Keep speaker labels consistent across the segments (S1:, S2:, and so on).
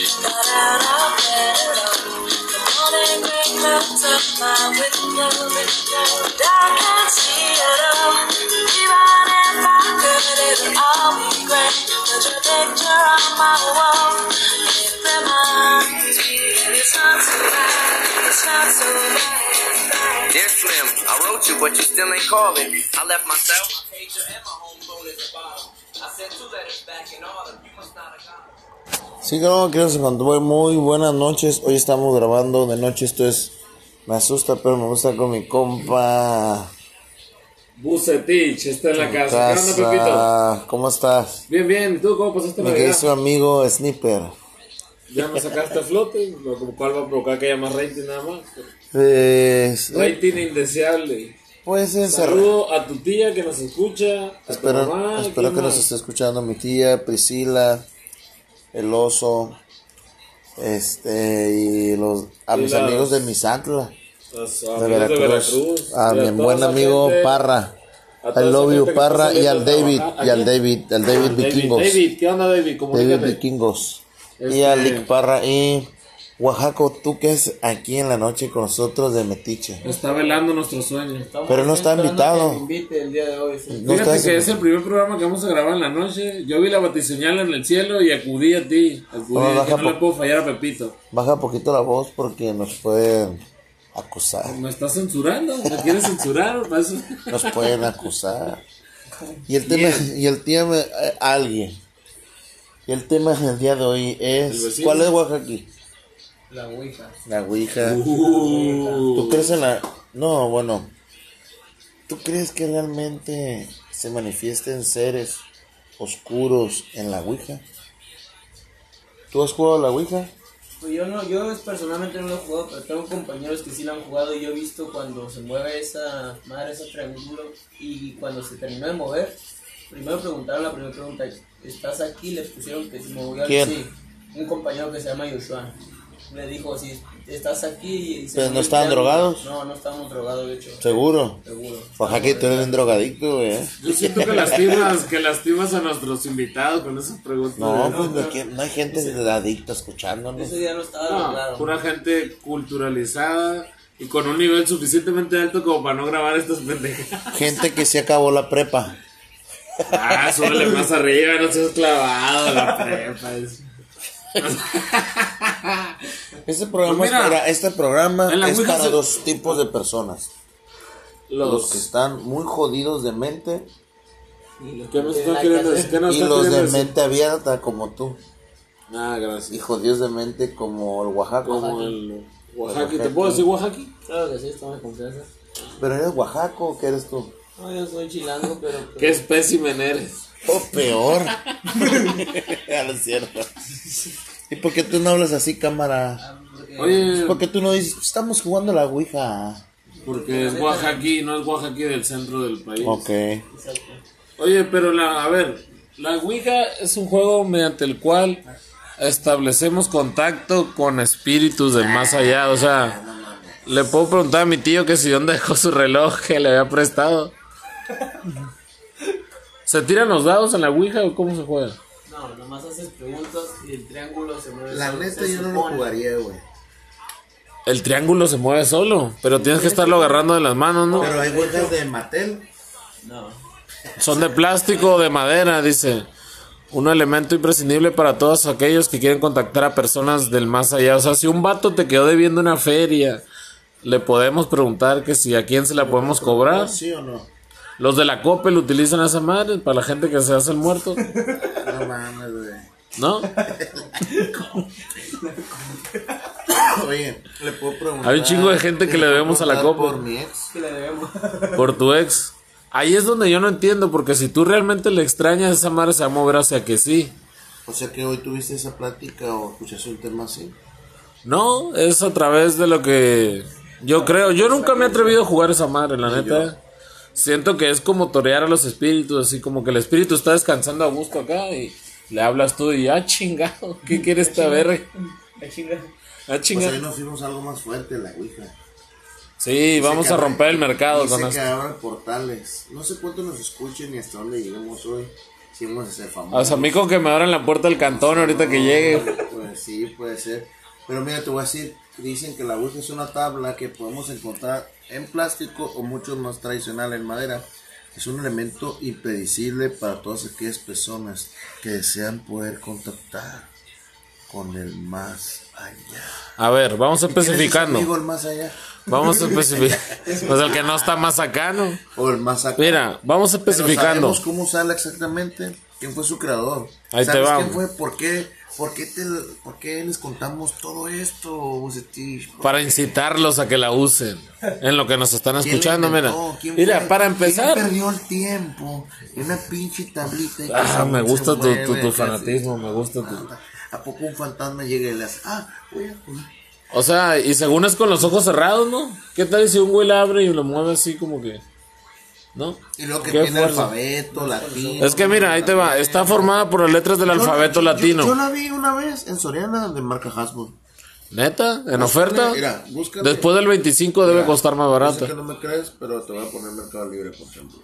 S1: out of bed at all. The morning rain clouds up my window, window. And I can't see it all. Even if I could, it would all be great. With your picture on my wall, it reminds me that it's not so bad. It's not so bad. Dear Slim, I wrote you, but you still ain't calling. I left myself. My pager and my home phone at the bottom. I sent two letters back in autumn. You must not have got 'em.
S2: Sí, creo que se mantuvo muy buenas noches. Hoy estamos grabando de noche, esto es. Me asusta, pero me gusta con mi compa.
S3: Bucetich está en la casa. ¿Qué onda, Pepito?
S2: Casa. ¿Cómo estás?
S3: Bien, bien. ¿Y tú cómo pasaste la
S2: Mi querido
S3: vida?
S2: amigo Sniper.
S3: Ya me sacaste a flote, lo cual va a provocar que haya más rating nada más.
S2: Pues,
S3: Rating indeseable.
S2: pues encerrado.
S3: Saludo a tu tía que nos escucha, a tu
S2: Espero,
S3: mamá,
S2: espero
S3: ¿quién
S2: que nos
S3: Ah, más?
S2: esté escuchando mi tía, Priscila, el oso, este, y los, a
S3: Y
S2: mis
S3: las-
S2: amigos de Misantla,
S3: Los
S2: de
S3: amigos
S2: Veracruz, a
S3: y
S2: mi
S3: toda
S2: buen
S3: la
S2: amigo
S3: gente-
S2: Parra,
S3: a toda
S2: al
S3: esa
S2: love
S3: gente
S2: you,
S3: que está
S2: Parra, y
S3: saliendo
S2: al
S3: a
S2: David,
S3: trabajar.
S2: y al
S3: ¿A
S2: David, al David
S3: quién?
S2: Vikingos,
S3: David, David, ¿qué onda, David?
S2: David
S3: Comunícate.
S2: Vikingos, y
S3: Este-
S2: a Lick Parra, y Oaxaco, tú que es aquí en la noche con nosotros de Metiche,
S3: Está velando nuestro sueño.
S2: pero no está invitado. No
S3: Fíjate
S2: estás-
S3: que es el primer programa que vamos a grabar en la noche. Yo vi la batiseñal en el cielo y acudí a ti. Acudí,
S2: Ahora baja
S3: que no
S2: po-
S3: le puedo fallar a Pepito.
S2: Baja poquito la voz porque nos pueden acusar.
S3: Me estás censurando, me quieres censurar. Para eso-
S2: Nos pueden acusar. Y el tema, y el tema, eh, alguien. Y el tema del día de hoy
S3: El
S2: es,
S3: vecino.
S2: ¿cuál es Oaxaca? La Ouija. La Ouija. ¿Tú
S3: Uh,
S2: crees en la...? No, bueno. ¿Tú crees que realmente se manifiesten seres oscuros en la Ouija? ¿Tú has jugado a la Ouija?
S4: Pues yo no, yo personalmente no lo he jugado, pero tengo compañeros que sí lo han jugado y yo he visto cuando se mueve esa madre, ese triángulo, y cuando se terminó de mover, primero preguntaron la primera pregunta, ¿estás aquí? Les pusieron que se movió
S2: ¿Quién?
S4: sí. Un compañero que se llama Joshua. Le dijo, si estás aquí... Y se
S2: ¿Pero
S4: movió
S2: no
S4: el
S2: estaban
S4: triángulo".
S2: drogados?
S4: No, no estábamos drogados, de hecho.
S2: Seguro.
S4: Seguro.
S2: Oaxaca, tú eres un drogadicto, güey. ¿eh?
S3: yo siento que lastimas, que lastimas a nuestros invitados con esas preguntas.
S2: No,
S3: No,
S2: pues no, qui- no hay gente adicta escuchándonos.
S4: Ese día no estaba drogado.
S3: pura gente culturalizada y con un nivel suficientemente alto como para no grabar estas pendejas.
S2: Gente que se acabó la prepa.
S3: Ah, súbele más arriba, no seas clavado a la prepa. es-
S2: Este programa,
S3: Pues mira,
S2: es, para, este programa
S3: en la
S2: es
S3: Ouija
S2: para
S3: se-
S2: dos tipos de personas. Los, que están muy jodidos de mente
S3: ¿Qué nos está queriendo decir? ¿Qué nos
S2: y
S3: está
S2: los de
S3: queriendo decir?
S2: mente abierta como tú.
S3: Ah,
S2: Y
S3: gracias.
S2: jodidos de mente como el Oaxaca.
S3: Como el Oaxaca. ¿Te puedo decir Oaxaca?
S4: Claro que sí, estamos en confianza.
S2: Pero eres Oaxaco o qué eres tú?
S4: No, yo soy chilango, pero... pues,
S3: ¿Qué espécimen eres?
S2: O peor. Ya no es cierto. ¿Y por qué tú no hablas así, cámara?
S4: Porque-
S3: Oye,
S2: ¿Por qué tú no dices, estamos jugando la Ouija?
S3: porque es Oaxaca y no es Oaxaca del centro del país.
S2: Ok.
S4: Exacto.
S3: Oye, pero la, a ver, la Ouija es un juego mediante el cual establecemos contacto con espíritus del más allá. O sea, le puedo preguntar a mi tío que si dónde dejó su reloj que le había prestado. ¿Se tiran los dados en la Ouija o cómo se juega?
S4: No, nomás haces preguntas y el triángulo se mueve.
S2: La
S4: solo,
S2: neta
S4: se
S2: yo no lo
S4: supone.
S2: jugaría, güey.
S3: El triángulo se mueve solo, pero tienes que estarlo agarrando de las manos, ¿no?
S2: Pero hay Ouijas de Mattel.
S4: No.
S3: Son de plástico o de madera, dice. Un elemento imprescindible para todos aquellos que quieren contactar a personas del más allá. O sea, si un vato te quedó debiendo una feria, le podemos preguntar que si a quién se la podemos cobrar.
S2: ¿Sí o no?
S3: Los de la COPE lo utilizan a esa madre para la gente que se hace el muerto,
S2: No mames, güey.
S3: ¿no?
S2: Oye, le puedo preguntar.
S3: Hay un chingo de gente que le debemos a la
S2: preguntar
S3: copa.
S2: Por mi ex.
S4: Que le debemos.
S3: Por tu ex. Ahí es donde yo no entiendo, porque si tú realmente le extrañas, esa madre se va a mover hacia que sí.
S2: O sea que hoy tuviste esa plática o escuchaste un tema así.
S3: No, es a través de lo que yo creo. Yo nunca me he atrevido a jugar esa madre, la neta. Siento que es como torear a los espíritus, así como que el espíritu está descansando a gusto acá y le hablas tú y ah, chingado, ¿qué quiere esta verga?
S4: La chinga.
S2: Pues
S3: Ah,
S2: hoy
S3: chingado.
S2: nos fuimos a algo más fuerte, la Ouija.
S3: Sí, vamos
S2: Dice
S3: a
S2: que-
S3: romper el mercado
S2: dice
S3: con
S2: que
S3: esto.
S2: abran portales. No sé cuánto nos escuchen ni hasta dónde lleguemos hoy. Si vamos a ser famosos.
S3: O sea, a mí con que me abran la puerta del cantón ahorita que llegue.
S2: Pues, Pues sí, puede ser. Pero mira, te voy a decir, dicen que la Ouija es una tabla que podemos encontrar en plástico o mucho más tradicional en madera. Es un elemento impredecible para todas aquellas personas que desean poder contactar con el más allá.
S3: A ver, vamos especificando.
S2: Amigo, el más allá
S3: Vamos a especificar. Pues el que no está más acá, ¿no?
S2: o el más acá.
S3: Mira, vamos
S2: Pero
S3: especificando.
S2: sabemos cómo usarla exactamente, quién fue su creador.
S3: Ahí te
S2: ¿Sabes
S3: va,
S2: quién
S3: güey.
S2: fue? ¿Por qué? ¿Por qué, te, ¿Por qué les contamos todo esto, Bucetich?
S3: Para incitarlos a que la usen. En lo que nos están
S2: ¿Quién la
S3: escuchando, mira.
S2: inventó? ¿Quién
S3: Mira,
S2: fue?
S3: para
S2: ¿Quién
S3: empezar.
S2: perdió el tiempo en una pinche tablita. y que
S3: Ah,
S2: se-
S3: me
S2: se
S3: gusta tu,
S2: mueve
S3: tu- tu
S2: acá,
S3: fanatismo, me gusta
S2: así.
S3: tu.
S2: ¿A poco un fantasma llega y le hace, ah, voy a jugar?
S3: O sea, y según es con los ojos cerrados, ¿no? ¿Qué tal si un güey la abre y lo mueve así como que. ¿No?
S2: Y luego que
S3: ¿Qué
S2: tiene el
S3: fuerza?
S2: alfabeto, latín.
S3: Es que mira, ahí te va. Está formada por las letras del
S2: Yo-
S3: alfabeto
S2: yo-
S3: latino.
S2: Yo, la vi una vez en Soriana de marca Hasbro.
S3: ¿Neta? ¿En oferta?
S2: Mira, búscame.
S3: Después del 25 debe
S2: Mira,
S3: costar más
S2: yo sé que
S3: barata.
S2: no me crees, pero te voy a poner Mercado Libre, por ejemplo.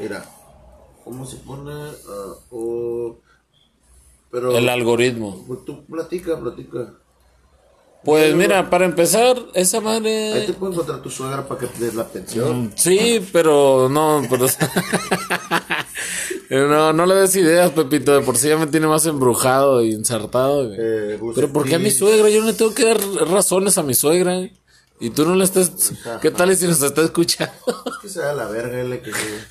S2: Mira, ¿cómo se pone? Ah, oh, pero
S3: El algoritmo.
S2: pues tú platica, platica.
S3: Pues mira, para empezar, esa
S2: Ahí te
S3: madre.
S2: puedo encontrar tu suegra para que te des la
S3: Mm.
S2: pensión.
S3: Sí, pero no, pero. no, no le des ideas, Pepito. De por sí ya me tiene más embrujado y ensartado. güey.
S2: Eh, Bucetich,
S3: Pero ¿por qué a mi suegra? Yo no le tengo que dar razones a mi suegra. eh. Y tú no le estás... ¿Qué tal y si nos está escuchando?
S2: Que sea la verga, él que se-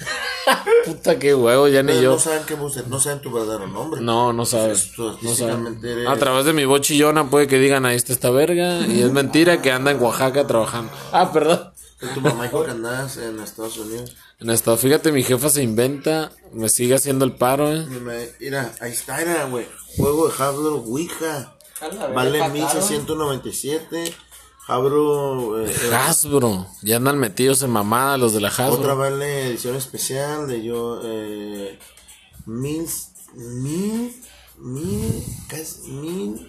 S3: Puta, qué huevo, ya ni
S2: Ustedes
S3: yo.
S2: No saben que Bucetich, no saben tu verdadero nombre.
S3: No, no sabes.
S2: Tú
S3: No sabes.
S2: artísticamente eres-
S3: A través de mi bochillona puede que digan, ahí está esta verga. Y es mentira que anda en Oaxaca trabajando. Ah, perdón.
S2: Tu mamá dijo que andabas en Estados Unidos.
S3: En esta, fíjate, mi jefa se inventa. Me sigue haciendo el paro, eh.
S2: Mira, Mira, ahí está, mira, güey. Juego de Hasbro Ouija.
S4: A la verga,
S2: Vale
S4: pataron.
S2: 1697. Abro. eh, eh,
S3: Hasbro. Ya andan metidos en mamada los de la Ah, Hasbro.
S2: otra vale edición especial de yo. Eh, mil. Mil. Mil. Casi, mil.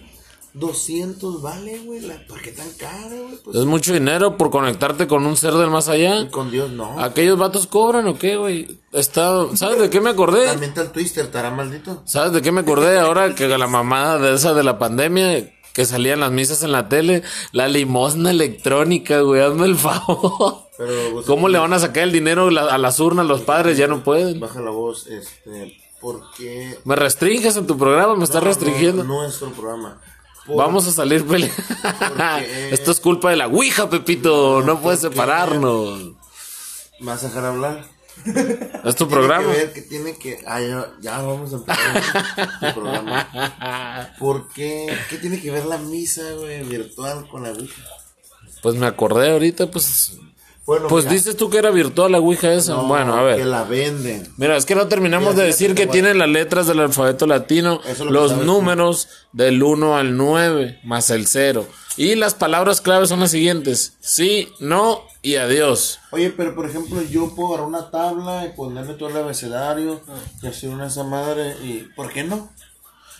S2: 200 vale, güey. La, ¿Por qué tan cara, güey? Pues,
S3: Es mucho dinero por conectarte con un ser del más allá.
S2: con Dios, no.
S3: ¿Aquellos vatos cobran o qué, güey? Está, ¿Sabes de qué me acordé?
S2: También está el Twister, estará maldito.
S3: ¿Sabes de qué me acordé ahora que la mamada de esa de la pandemia que salían las misas en la tele? La limosna electrónica, güey, hazme el favor.
S2: Pero, pues,
S3: ¿Cómo le van a sacar el dinero la- a las urnas los padres? Ya no pueden.
S2: Baja la voz, este. Porque.
S3: Me restringes en tu programa, me estás restringiendo.
S2: No, no es un programa. Por-
S3: Vamos a salir pelea.
S2: Porque- eh,
S3: Esto es culpa de la Ouija, Pepito. No puedes
S2: porque-
S3: separarnos.
S2: ¿Me vas a dejar hablar?
S3: Es tu
S2: Tiene
S3: programa.
S2: que ver que tiene que. Ah, ya, ya vamos a empezar el programa. ¿Por qué? ¿Qué tiene que ver la misa, güey, virtual con la Ouija?
S3: Pues me acordé ahorita, pues.
S2: Bueno,
S3: Pues
S2: mira,
S3: dices tú que era virtual la Ouija esa.
S2: no,
S3: bueno, a ver.
S2: Que la venden.
S3: Mira, es que no terminamos
S2: Mira,
S3: de
S2: fíjate
S3: decir que
S2: que-
S3: tienen las letras del alfabeto latino,
S2: Eso es lo que
S3: los
S2: sabes tú.
S3: números del 1 al 9 más el 0. Y las palabras clave son las siguientes: sí, no y adiós.
S2: Oye, pero por ejemplo, yo puedo agarrar una tabla y ponerle todo el abecedario y hacer una esa madre y. ¿Por qué no?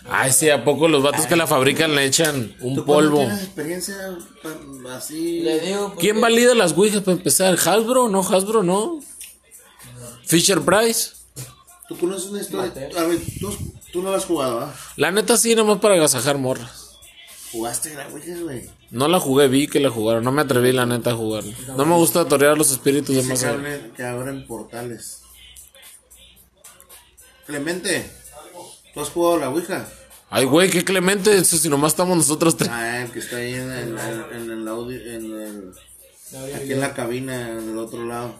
S3: Ay, sí, ¿a poco los vatos que la fabrican le echan un
S2: ¿Tú cuándo
S3: polvo?
S2: ¿Tienes experiencia tan- así?
S4: Le digo, porque-
S3: ¿Quién valida las Ouijas para empezar? ¿Hasbro? No, Hasbro, no. ¿Fisher Price?
S2: ¿Tú conoces una historia? A ver, tú, tú no la has jugado, ¿ah?
S3: La neta, sí, nomás para agasajar morras.
S2: ¿Jugaste la Ouija, güey?
S3: No la jugué, vi que la jugaron. No me atreví, la neta, a jugarla. No me gusta torear los espíritus de más
S2: Que
S3: allá.
S2: abren, que abren portales. Clemente, ¿tú has jugado a la Ouija?
S3: Ay, güey, qué clemente, eso si nomás estamos nosotros tres.
S2: Ah, el que está ahí en el, en- en el audio, en el,
S4: No había
S2: aquí en la cabina, en el otro lado.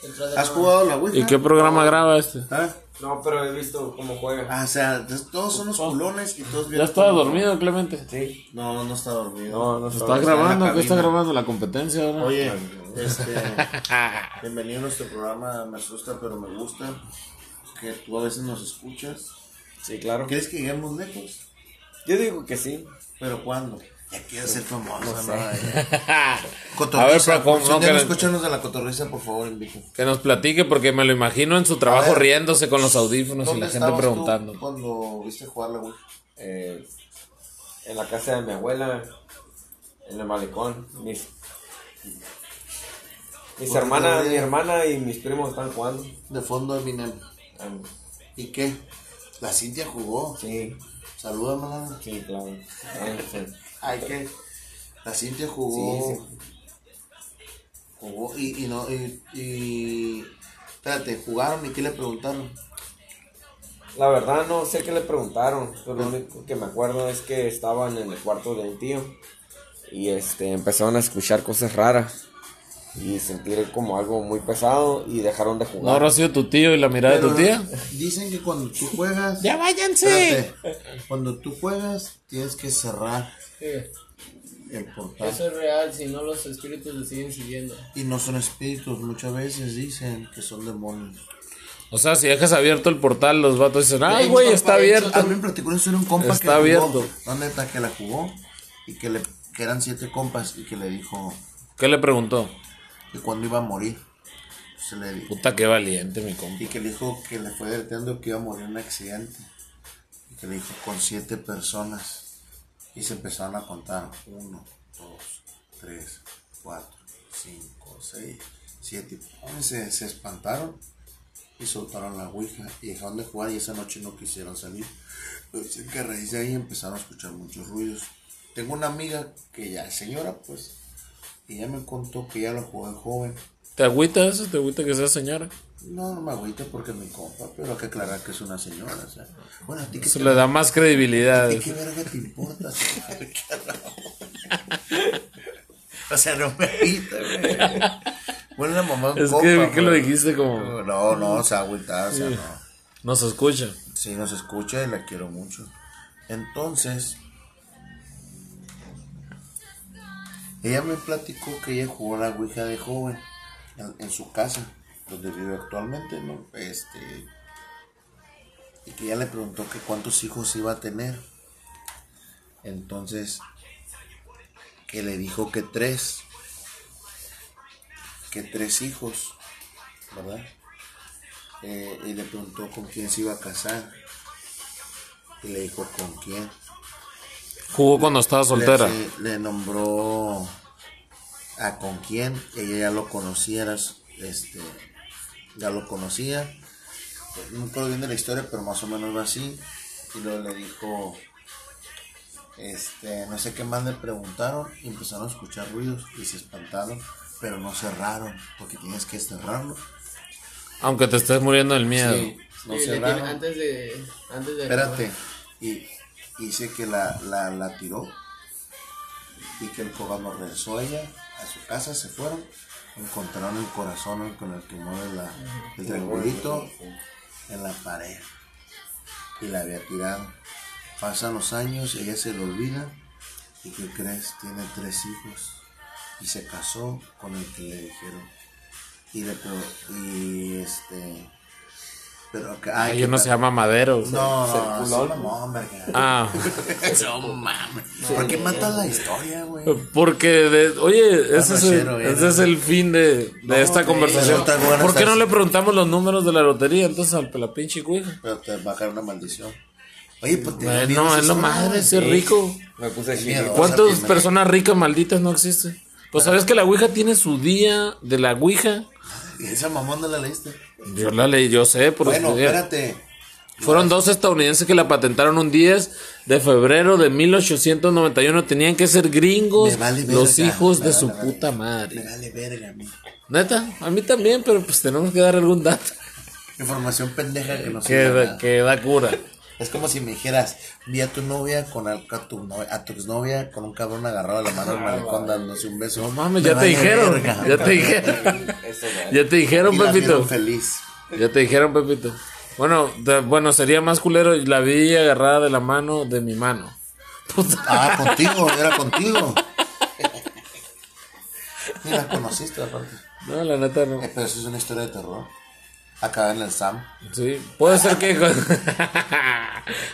S4: Detrás de-
S2: ¿Has jugado a la Ouija?
S3: ¿Y qué programa graba este?
S2: ¿Ah?
S5: No, pero he visto cómo juega.
S2: Ah, o sea, t- todos son los culones y todos
S3: ¿Ya
S2: vienen.
S3: está dormido, Clemente?
S5: Sí.
S2: No, no está dormido.
S5: No, no se
S3: ¿Está
S5: está.
S3: grabando?
S2: en la
S3: ¿Qué está
S2: cabina.
S3: grabando? ¿La competencia ahora?
S2: Oye, este, bienvenido a nuestro programa, me asusta pero me gusta que tú a veces nos escuchas.
S5: Sí, claro.
S2: ¿Crees que lleguemos lejos?
S5: Yo digo que sí.
S2: ¿Pero cuándo? Ya quiero ser famoso, ¿no?
S3: A ver, pero ¿cómo- no,
S2: no,
S3: que-
S2: escúchanos de la cotorriza, por favor, invito.
S3: Que nos platique, porque me lo imagino en su trabajo
S2: ver.
S3: riéndose con los audífonos y
S2: ¿Dónde
S3: la gente
S2: estabas tú
S3: preguntando.
S2: cuando viste jugar la Ouija?
S5: Eh, en la casa de mi abuela, en el malecón, mis. Mis hermanas, mi hermana y mis primos están jugando. Ah,
S2: De fondo Eminem.
S5: Am,
S2: ¿Y qué? La Cintia jugó.
S5: Sí.
S2: Saluda, malandro.
S5: Sí, claro. Ah, Einstein.
S2: Ay, que la Cintia jugó.
S5: Sí,
S2: Jugó y, y no. Y, y. Espérate, jugaron y qué le preguntaron.
S5: La verdad no sé qué le preguntaron, pero lo único que me acuerdo es que estaban en el cuarto de un tío y este empezaron a escuchar cosas raras y sentir como algo muy pesado y dejaron de
S3: ¿No
S5: jugar.
S3: habrá sido tu tío y la mirada de tu
S2: Pero
S3: tía?
S2: Dicen que cuando tú juegas.
S3: ¡Ya váyanse!
S2: espérate, cuando tú juegas, tienes que cerrar el portal.
S4: Eso es real, si no los espíritus lo siguen siguiendo.
S2: Y no son espíritus, muchas veces dicen que son demonios.
S3: O sea, si dejas abierto el portal, los vatos dicen, ay,
S4: un
S3: güey,
S4: compa
S3: está
S4: de hecho
S3: abierto.
S2: También platicó eso era un compa que
S3: Está
S2: jugó,
S3: abierto.
S2: ¿Dónde está que la jugó? Y que le que eran siete compas y que le dijo
S3: ¿Qué le preguntó?
S2: que cuando iba a morir. Se le dijo.
S3: Puta, qué valiente, mi compa.
S2: Y que le dijo que le fue deletreando que iba a morir en un accidente. Y que le dijo con siete personas. Y se empezaron a contar. Uno, dos, tres, cuatro, cinco, seis, siete. Hombre, Se, se espantaron y soltaron la ouija y dejaron de jugar y esa noche no quisieron salir. Pero dicen que a raíz de ahí empezaron a escuchar muchos ruidos. Tengo una amiga que ya es señora, pues, y ella me contó que ya lo jugó de joven.
S3: ¿Te agüita eso? ¿Te agüita que sea señora?
S2: No, no me agüita porque es mi compa, pero hay que aclarar que es una señora, o sea. Bueno, a ti que
S3: Eso le da más credibilidad.
S2: qué verga te importa, O sea, no me agüita, güey. Bueno, la mamá de un
S3: Es
S2: compa,
S3: que vi que lo
S2: güey.
S3: dijiste como,
S2: No, no, se ha agüitado, o sea, no.
S3: nos escucha.
S2: Sí, nos escucha y la quiero mucho. Entonces, ella me platicó que ella jugó la Ouija de joven en, en su casa, donde vive actualmente, ¿no? Este. Y que ella le preguntó que cuántos hijos iba a tener. Entonces, que le dijo que tres. Que tres hijos, ¿verdad? Eh, y le preguntó con quién se iba a casar. Y le dijo con quién.
S3: Jugó cuando estaba soltera.
S2: Le, sí, le nombró a con quién. Ella ya lo conocía, era su- este, ya lo conocía. Eh, No me acuerdo bien de la historia, pero más o menos va así. Y luego le dijo, este, no sé qué más le preguntaron. Y empezaron a escuchar ruidos y se espantaron, pero no cerraron, porque tienes que cerrarlo.
S3: Aunque te estés muriendo del miedo.
S2: Sí, no
S4: Sí, le tiene-
S2: cerraron.
S4: antes de. Antes de
S2: Espérate. Y dice que la, la, la tiró. Y que el cobano regresó a ella a su casa, se fueron. Encontraron el corazón con el que mueve la, el triangulito en la pared. Y la había tirado. Pasan los años, ella se lo olvida. ¿Y qué crees? Tiene tres hijos. Y se casó con el que le dijeron. Y le pro- y este. Pero que- ay,
S3: Hay
S2: que
S3: uno
S2: ta-
S3: se llama Madero.
S2: no,
S5: ser
S2: no,
S5: culón.
S2: no, no, verga.
S3: Ah,
S2: No mames. ¿Por qué matas la historia, güey?
S3: porque, de- oye, ese es, el,
S2: ranchero,
S3: ese es el fin de, de esta
S2: güey,
S3: conversación.
S2: pero tengo ganas
S3: ¿Por qué
S2: de-
S3: no le preguntamos los números de la lotería entonces al la pinche cuija?
S2: Pero te va a caer una maldición. Oye, pues te
S3: No, es lo madre, ese
S5: Sí.
S3: rico.
S5: Me puse
S2: Qué miedo.
S5: chino.
S3: ¿Cuántas
S2: primero.
S3: personas ricas malditas no existen? Pues sabes que la Ouija tiene su día de la Ouija.
S2: Y esa mamón no la leíste.
S3: Yo la leí, yo sé, por
S2: Bueno,
S3: estudiar.
S2: espérate.
S3: Fueron dos estadounidenses que la patentaron un 10 de febrero de 1891. Tenían que ser gringos,
S2: Me vale verga.
S3: los hijos
S2: Me
S3: de
S2: vale
S3: su
S2: verga.
S3: puta
S2: Me
S3: madre.
S2: vale verga, mí.
S3: Neta, a mí también, pero pues tenemos que dar algún dato
S2: Información pendeja que no
S3: que,
S2: sirve
S3: da-
S2: nada.
S3: que da cura.
S2: Es como si me dijeras, vi a tu novia con al, a, tu novia, a tu exnovia con un cabrón agarrado de la mano del malecón dándose un beso.
S3: No mames,
S2: Me
S3: ya te
S2: vale
S3: dijeron.
S2: verga.
S3: Ya te dijeron.
S5: Eso, güey.
S3: Ya te dijeron,
S2: Y la
S3: Pepito.
S2: vieron feliz.
S3: Ya te dijeron, Pepito. Bueno, de- bueno, sería más culero. La vi agarrada de la mano de mi mano. Puta.
S2: Ah, contigo, era contigo. Ni la conociste, aparte.
S3: No, la neta no.
S2: Eh, pero eso es una historia de terror. Acá en el SAM.
S3: Sí, puede ser que.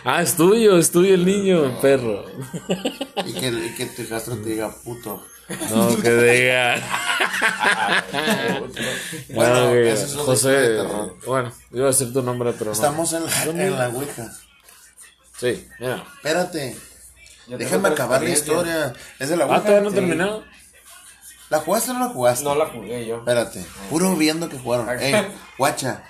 S3: ah, es tuyo, es tuyo el niño, perro.
S2: Y que, y que tu hijastro te diga puto.
S3: No, que diga.
S2: Bueno,
S3: No, que-
S2: esa es otra historia de
S3: José.
S2: terror.
S3: Bueno, iba a decir tu nombre, pero no.
S2: Estamos en la, en la Ouija.
S3: Sí, mira.
S2: Espérate.
S5: Yo
S2: Déjame
S5: tengo
S2: acabar la
S5: experiencia.
S2: historia. Es de la
S3: Ah,
S2: Ouija.
S3: todavía no
S2: Sí.
S3: terminado.
S2: ¿La jugaste o no la jugaste?
S5: No la jugué yo.
S2: Espérate. Puro viendo que jugaron. Ey, guacha.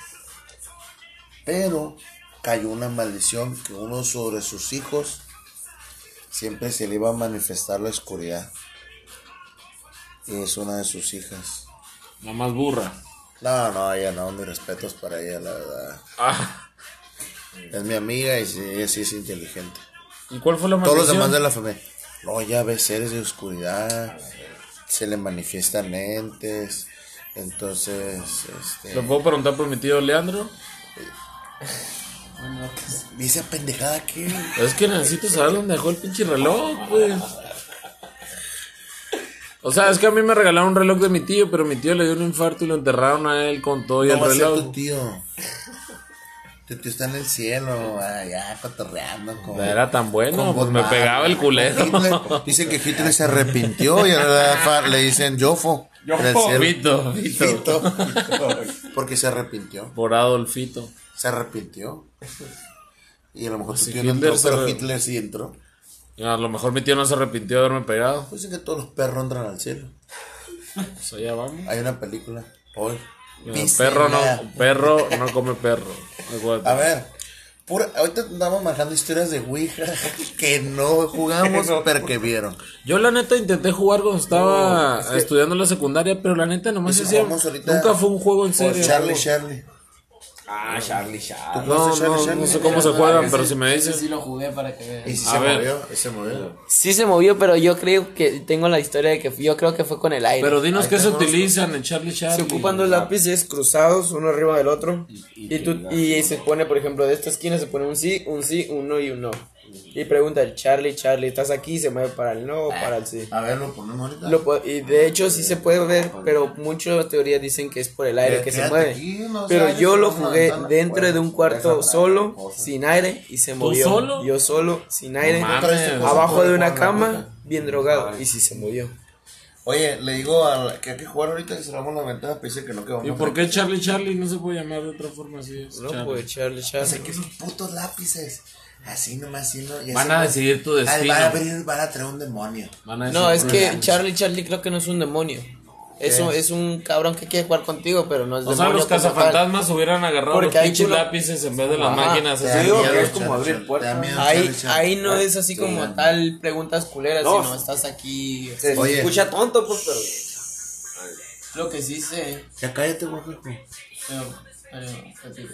S2: Pero cayó una maldición que uno sobre sus hijos siempre se le iba a manifestar la oscuridad. Y es una de sus hijas.
S3: La más burra.
S2: No, no, ella no, mis respetos para ella, la verdad.
S3: Ah,
S2: Es mi amiga y sí, ella sí es inteligente.
S3: ¿Y cuál fue la
S2: Todos los
S3: maldición?
S2: demás de la familia. No, ya ve seres de oscuridad. Se le manifiestan entes. Entonces, este,
S3: ¿Lo puedo preguntar por mi tío Leandro?
S2: ¿y esa pendejada que
S3: Es que necesito saber dónde dejó el pinche reloj, güey. O sea, es que a mí me regalaron un reloj de mi tío, pero mi tío le dio un infarto y lo enterraron a él con todo y el
S2: ¿Cómo va a ser tu
S3: reloj.
S2: tío? Tu tío está en el cielo, allá cotorreando. Con,
S3: Era tan bueno,
S2: con
S3: pues me
S2: Batman,
S3: pegaba el
S2: con
S3: culero.
S2: Hitler. Dicen que Hitler se arrepintió y ahora fa- le dicen Yofo. en el cielo.
S3: Fito, Fito.
S2: Fito. Porque se arrepintió.
S3: Por Adolfito.
S2: Se arrepintió. Y a lo mejor
S3: Pues Si
S2: su tío no
S3: Hitler
S2: entró,
S3: se
S2: pero
S3: re-
S2: Hitler sí entró.
S3: A lo mejor mi tío no se arrepintió de haberme pegado.
S2: Pues es que todos los perros entran al cielo.
S3: Pues allá vamos.
S2: Hay una película hoy.
S3: Mira,
S2: Dice
S3: Perro no,
S2: la-
S3: perro no come perro. Acuérdate.
S2: A ver, pura, ahorita andamos manejando historias de Ouija que no jugamos, pero que vieron.
S3: Yo la neta intenté jugar cuando estaba estudiando la secundaria, pero la neta nomás
S2: Dice,
S3: hacía,
S2: jugamos ahorita
S3: nunca fue un juego en
S2: por
S3: serio.
S2: Charlie, Charlie.
S5: Ah, Charlie, Charlie.
S3: No,
S2: ¿Conoces Charlie,
S3: no,
S2: Charlie?
S3: no sé cómo se juegan, pero si me
S4: Ese sí
S3: dices.
S4: lo jugué para que
S2: Y
S4: vean.
S2: si
S3: A
S2: se
S3: ver.
S2: movió, ese movió.
S6: Sí se movió, pero yo creo que tengo la historia de que yo creo que fue con el aire.
S3: Pero dinos qué se utilizan en Charlie Charlie.
S6: se ocupan dos lápices cruzados uno arriba del otro y, tú, y se pone, por ejemplo, de esta esquina se pone un sí, un sí, un no y un no. Y pregunta el Charlie, Charlie, ¿estás aquí? Se mueve para el no o para el sí.
S2: A ver, lo ponemos ahorita.
S6: Lo po- y de hecho sí se puede ver, pero muchas teorías dicen que es por el aire que se
S2: Quédate
S6: mueve.
S2: aquí, no
S6: Pero
S2: sales,
S6: yo lo
S2: vamos a
S6: jugué
S2: levantar la
S6: dentro de un cuarto
S5: Déjala,
S6: solo,
S5: cosa.
S6: sin aire y se
S3: ¿Tú
S6: movió.
S3: solo?
S6: Yo solo, sin aire,
S3: mames.
S2: Pues,
S6: abajo de una
S2: Ponla, ponla.
S6: cama, bien drogado y sí se movió.
S2: Oye, le digo a la- que hay que jugar ahorita que cerramos la ventana, pero dice que no quedó.
S3: ¿Y por qué Charlie Charlie no se puede llamar de otra forma así? es
S6: No
S3: Charlie?
S6: puede
S4: pues,
S6: echarle
S2: Sé
S6: Charlie.
S2: que son putos lápices. Así nomás, así no. ya
S3: Van
S2: se
S3: a
S2: va-
S3: decidir tu
S2: Ay,
S3: destino.
S2: Van a venir, van a traer un demonio.
S3: Van a decir,
S6: No, es
S3: "Hola".
S6: que Charlie Charlie creo que no es un demonio. Eso es un cabrón que quiere jugar contigo, pero no es
S3: O sea,
S6: demonio pues,
S3: los
S6: como tal.
S3: cazafantasmas hubieran agarrado
S6: Porque
S3: los
S6: hay
S3: pinches
S6: culo-
S3: lápices en vez de las
S6: Ajá,
S3: máquinas.
S2: Te
S3: así.
S2: da
S5: digo que
S2: miedo,
S5: es como
S2: Charlie,
S5: abrir
S2: Charlie,
S5: puertas.
S2: te da miedo,
S6: Ahí,
S2: Charlie, Charlie.
S6: ahí no es así como
S2: Sí.
S6: tal preguntas culeras,
S5: No.
S6: sino estás aquí.
S5: Se
S2: Oye.
S5: escucha tonto, pues, pero.
S4: Lo que sí sé,
S2: Ya cállate, güey.
S4: pero, bueno, repito.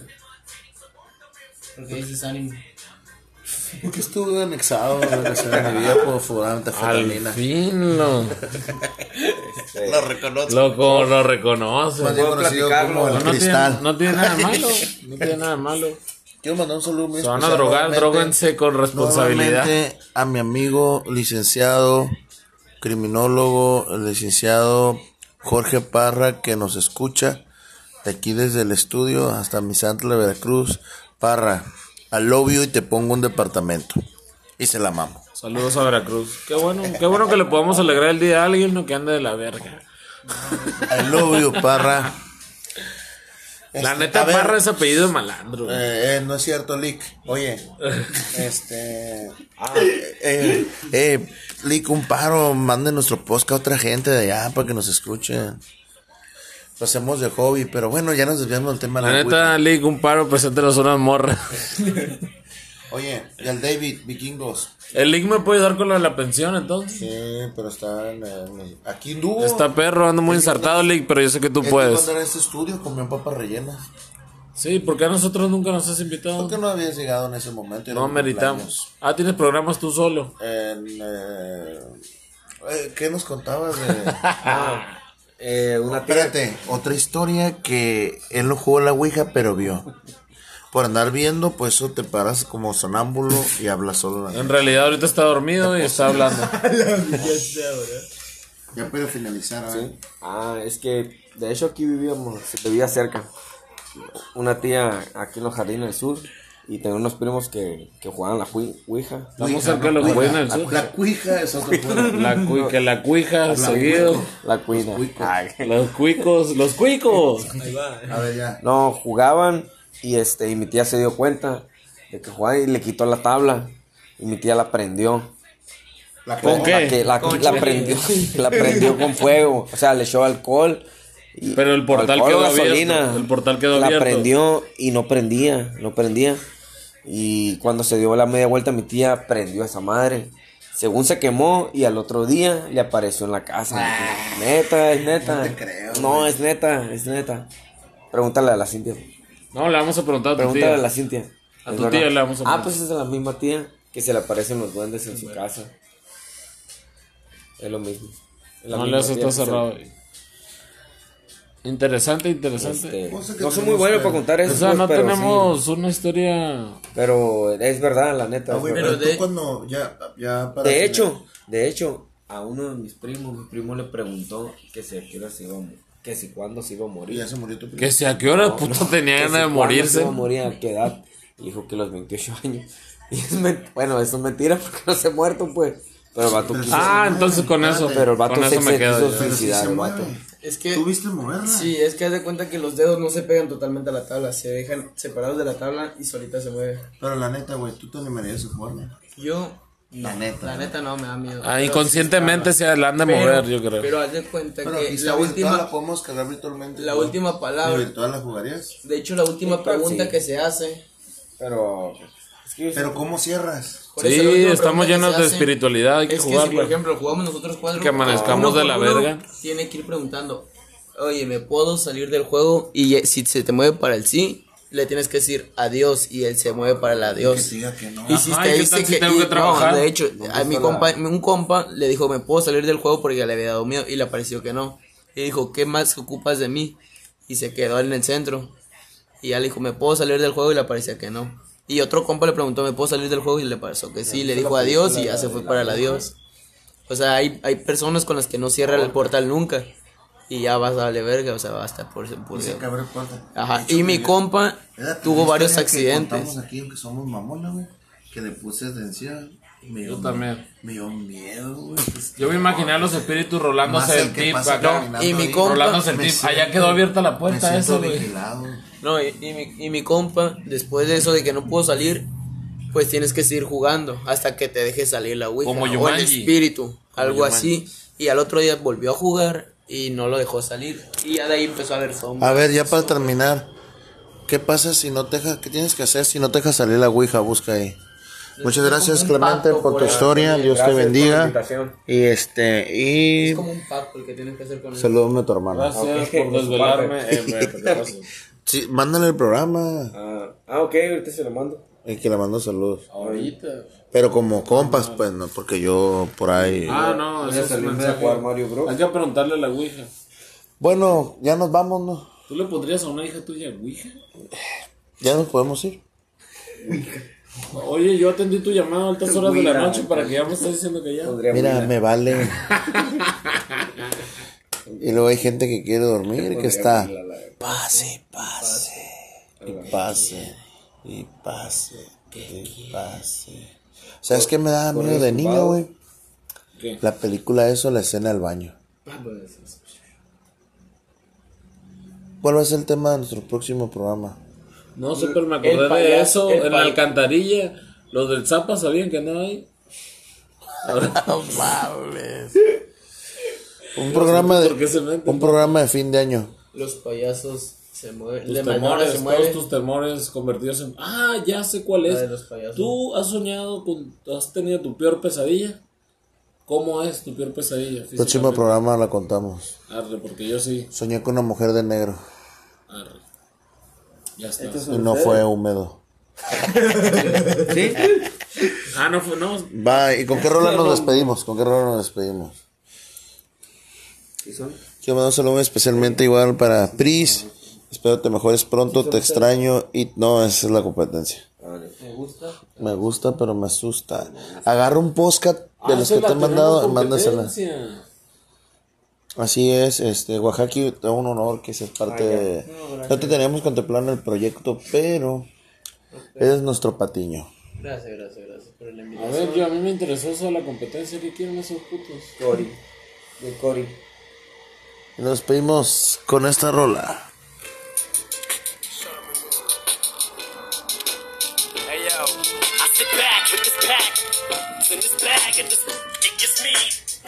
S4: Porque dices ánimo.
S2: Porque estuve anexado en mi vida por fumar
S3: Al
S2: metanfetamina.
S3: fin lo,
S2: Lo reconozco.
S3: lo, co- lo reconoce.
S2: Más bien conocido
S5: platicarlo,
S2: como el
S3: No, no tiene,
S2: cristal.
S3: no tiene nada de malo. No tiene nada de malo.
S2: Quiero mandar un saludo muy
S3: Se van a
S2: especial
S3: drogar,
S2: nuevamente-
S3: droguense con responsabilidad.
S2: nuevamente a mi amigo licenciado, criminólogo, el licenciado Jorge Parra, que nos escucha de aquí desde el estudio hasta Misantla, Veracruz. Parra, al obvio y te pongo un departamento. Y se la mamo.
S3: Saludos a Veracruz. Qué bueno, qué bueno que le podamos alegrar el día a alguien no que ande de la verga.
S2: Al obvio, Parra.
S3: La
S2: Este,
S3: neta,
S2: a ver,
S3: Parra es apellido de malandro. güey.
S2: Eh, eh, no es cierto, Lick. Oye, este.
S3: Ah.
S2: eh, eh, eh, Lick, un paro. Mande nuestro podcast a otra gente de allá para que nos escuchen. Lo hacemos de hobby, pero bueno, ya nos desviamos del tema. de
S3: La neta, Lick, un paro, preséntanos una morra.
S2: Oye, y al David, vikingos.
S3: El Lick me puede dar con lo de la pensión, entonces.
S2: Sí, pero está en, en- aquí anduvo.
S3: Está pues. perro, ando muy ensartado, Lick, pero yo sé que tú
S2: Es que
S3: puedes.
S2: cuando era este estudio comió papas rellenas.
S3: Sí, porque a nosotros nunca nos has invitado.
S2: ¿Por qué no habías llegado en ese momento? Era
S3: No
S2: mi cumpleaños.
S3: meritamos. Ah, tienes programas tú solo.
S2: En, eh, eh, ¿Qué nos contabas de.?
S5: Eh, una tía.
S2: Espérate, otra historia que él no jugó la Ouija, pero vio. Por andar viendo, pues eso te paras como sonámbulo y hablas solo.
S3: En realidad, ahorita está dormido y está hablando.
S2: Ya pero finalizar, a ver.
S5: Ah, es que de hecho aquí vivíamos, se vivía cerca. Una tía aquí en los jardines del sur y tenía unos primos que, que jugaban la jui- Ouija.
S3: Estamos cerca de los
S2: Ouija.
S3: jardines del sur.
S2: La Ouija es otro juego.
S3: La cui- que la cuija, seguido.
S5: La cuina. Ay.
S3: Los cuicos, los cuicos.
S2: A ver, ya.
S5: No, jugaban y este y mi tía se dio cuenta de que jugaban y le quitó la tabla y mi tía la prendió.
S2: La
S3: ¿Con qué?
S5: La que la, la prendió, la prendió con fuego, o sea, le echó alcohol. y-
S3: Pero el portal
S5: alcohol o
S3: quedó abierto, el portal quedó
S5: la
S3: abierto.
S5: prendió y no prendía, no prendía. Y cuando se dio la media vuelta, mi tía prendió esa madre. Según se quemó y al otro día le apareció en la casa. neta, es neta.
S2: Ah, no te creo,
S5: No, es neta, es neta. Pregúntale a la Cintia.
S3: No, le vamos a preguntar a tu
S5: Pregúntale a
S3: tía.
S5: la Cintia.
S3: A
S5: Es
S3: tu
S5: verdad.
S3: tía le vamos a
S5: Ah,
S3: preguntar.
S5: pues es la misma tía que se le aparecen los duendes en su casa. Es lo mismo. Es la
S3: No,
S5: misma
S3: le hace
S5: tía
S3: todo
S5: que se le-
S3: cerrado. Interesante, interesante.
S5: Este,
S2: Cosa que
S5: no soy muy
S2: tenemos
S5: bueno
S2: que-
S5: para contar eso.
S3: o sea,
S5: pues,
S3: no
S5: pero
S3: tenemos una historia.
S5: sí. Pero es verdad, la neta.
S2: Ah,
S5: es
S2: güey,
S5: verdad.
S2: pero, tú cuando ya, ya para
S5: de
S2: cenar-
S5: hecho, de hecho, a uno de mis primos, mi primo le preguntó que si a qué hora se iba a morir, que si cuándo se iba a morir.
S2: ya se murió tu primo.
S3: Que si a qué hora puto tenía
S5: Que
S3: ganas
S5: si
S3: de
S5: cuándo se
S3: morirse.
S5: iba a morir, a qué edad. Y dijo que los 28 años. Y es men- bueno, eso es mentira porque no se ha muerto, pues. Pero el vato quiso-
S3: Ah, entonces con eso.
S5: pero el vato
S3: con
S5: se,
S3: eso
S5: se
S3: me quedo.
S5: quiso
S3: yo.
S2: Pero sí
S5: suicidar,
S2: se
S5: el vato.
S2: mueve.
S6: Es que.
S2: ¿Tú viste moverla?
S6: Sí, es que haz de cuenta que los dedos no se pegan totalmente a la tabla, se dejan separados de la tabla y solita se mueve.
S2: Pero la neta, güey, tú te animarías a jugarla.
S4: Yo,
S2: La neta.
S4: la neta, no me da miedo.
S3: Ah, inconscientemente se la han de mover, yo creo.
S4: Pero haz de cuenta
S2: Pero
S4: que
S2: quizá
S4: la
S2: virtual
S4: última,
S2: la podemos cargar virtualmente.
S4: la
S2: ¿no?
S4: última
S2: ¿Y
S4: palabra,
S2: virtual la jugarías?
S4: de hecho, la última pregunta que se hace.
S5: Pero. Es que yo
S2: Pero ¿cómo cierras?
S4: por eso la
S3: Sí,
S4: última
S3: estamos
S4: pregunta que
S3: llenos
S4: se
S3: de
S4: hace
S3: espiritualidad, hay que
S4: es que si, por
S3: jugarla.
S4: ejemplo, jugamos nosotros cuatro.
S3: Que amanezcamos
S4: uno
S3: de
S4: por
S3: la
S4: uno
S3: verga.
S4: Tiene que ir preguntando, oye, ¿me puedo salir del juego? Y ya- si se te mueve para el sí, le tienes que decir adiós y él se mueve para el
S2: Que
S4: adiós.
S2: diga que no.
S4: Y si
S3: Ajá,
S4: te
S3: ¿y qué
S4: dice
S3: tal si
S4: que,
S3: tengo
S4: y-
S3: que
S4: no,
S3: trabajar?
S4: de hecho, a mi
S5: está
S4: compa,
S5: la-
S4: un compa le dijo, "Me puedo salir del juego porque ya le había dado miedo" y le pareció que no. Y dijo, "¿Qué más ocupas de mí?" Y se quedó en el centro. Y ya le dijo, "Me puedo salir del juego" y le parecía que no. Y otro compa le preguntó, "¿Me puedo salir del juego?" y le pareció que sí, le dijo adiós y ya se fue para el adiós. O sea, hay, hay personas con las que no cierra el portal nunca. Y ya vas a darle verga, o sea, basta por por
S2: Y se abre el puerta.
S4: Ajá,
S2: De hecho,
S4: y mi
S2: que-
S4: compa
S2: Es la
S4: tuvo
S2: primera
S4: varios
S2: historia que
S4: accidentes.
S2: contamos aquí, aunque somos mamones, güey. Que le puse atención. y Me dio,
S3: Yo también.
S2: Me dio miedo, güey.
S3: Yo me imaginé a los espíritus rolándose
S2: Más el
S3: el
S2: que
S3: tip
S2: pasa
S3: acá.
S2: caminando
S4: Y mi
S2: ahí.
S4: compa-
S3: Rolándose el
S2: Me
S3: tip.
S2: siento-
S3: Allá quedó abierta la
S2: Me
S3: puerta
S2: siento
S3: esa, güey.
S2: vigilado.
S4: No, y, y mi, y mi compa, después de eso de que no pudo salir, pues tienes que seguir jugando hasta que te deje salir la Ouija
S3: Como
S4: o el
S3: Jumanji.
S4: espíritu, algo así. Y al otro día volvió a jugar y no lo dejó salir. Y ya de ahí empezó a ver sombras.
S2: A ver, ya para terminar, ¿qué pasa si no te deja, qué tienes que hacer si no te deja salir la Ouija? Busca ahí. Muchas gracias
S4: como un
S2: Clemente
S4: pacto
S2: por
S4: por
S2: tu
S4: la-
S2: historia, Dios te
S5: gracias por la
S2: bendiga.
S5: invitación.
S2: Y este, y
S4: Es como un pacto el que tienes que hacer con él.
S2: salúdame a tu hermano.
S3: Gracias
S5: Ok, pues,
S3: por
S5: por su
S3: desvelarme.
S5: parte.
S3: eh, me- gracias.
S2: Sí, mándale el programa
S5: Ah, ah, ok, ahorita se lo mando.
S2: y que le mando saludos.
S3: Ahorita.
S2: Pero como compas, pues no, porque yo por ahí.
S3: Ah, no,
S5: Voy a
S3: ese es el
S5: salirme de
S3: mensaje.
S5: jugar Mario Bros.
S3: Hay que preguntarle a la Ouija.
S2: Bueno, ya nos vamos, ¿no?
S3: ¿Tú le pondrías a una hija tuya Ouija?
S2: Ya nos podemos ir.
S3: Oye, yo atendí tu llamada a altas horas de la noche para que ya me estés diciendo que ya.
S5: Podría
S2: Mira,
S5: mirar.
S2: me vale. y luego hay gente que quiere dormir y que está. Pase, pase. Y pase. Y pase. Y pase. ¿Sabes qué me daba miedo de niño, güey?
S3: ¿Qué?
S2: La película eso, la escena del baño. ¿Cuál va a ser el tema de nuestro próximo programa?
S3: No sé, pero me acordé
S4: El
S3: de eso.
S4: payaso, el
S3: En la
S4: payaso.
S3: alcantarilla, los del Zapa sabían que no hay.
S2: Un programa
S3: ¿Por qué se
S2: de,
S3: meten?
S2: un programa de fin de año.
S4: Los payasos se mueven.
S3: Tus
S4: De manera
S3: temores,
S4: se
S3: todos
S4: mueven.
S3: tus temores convertidos en. Ah, ya sé cuál
S4: La
S3: es.
S4: de los payasos.
S3: ¿Tú has soñado con. has tenido tu peor pesadilla? ¿Cómo es tu peor pesadilla?
S2: Próximo
S3: físicamente?
S2: programa la contamos.
S3: Arre, porque yo sí.
S2: Soñé con una mujer de negro
S3: Arre. Ya está.
S2: y no fue húmedo.
S3: Ah, no fue, no.
S2: Va, ¿y con qué rola nos despedimos? ¿Con qué rola nos despedimos? Quiero mandar un saludo especialmente igual para Pris. Espero te mejores pronto, te extraño y no, esa es la competencia. Me gusta, pero me asusta. Agarra un podcast
S3: Ah,
S2: de los que te han mandado y mándasela. Así es, este, Oaxaca, es un honor que seas parte de... No te teníamos contemplado en el proyecto, pero eres nuestro patiño.
S4: Gracias, gracias, gracias por el envío.
S3: A ver, yo a mí me interesó eso de la competencia. ¿Qué quieren esos putos?
S5: Cory. De Cory.
S2: Y nos despedimos con esta rola.
S7: Hey yo, I sit back with this pack, it's in this bag, and this it gets me.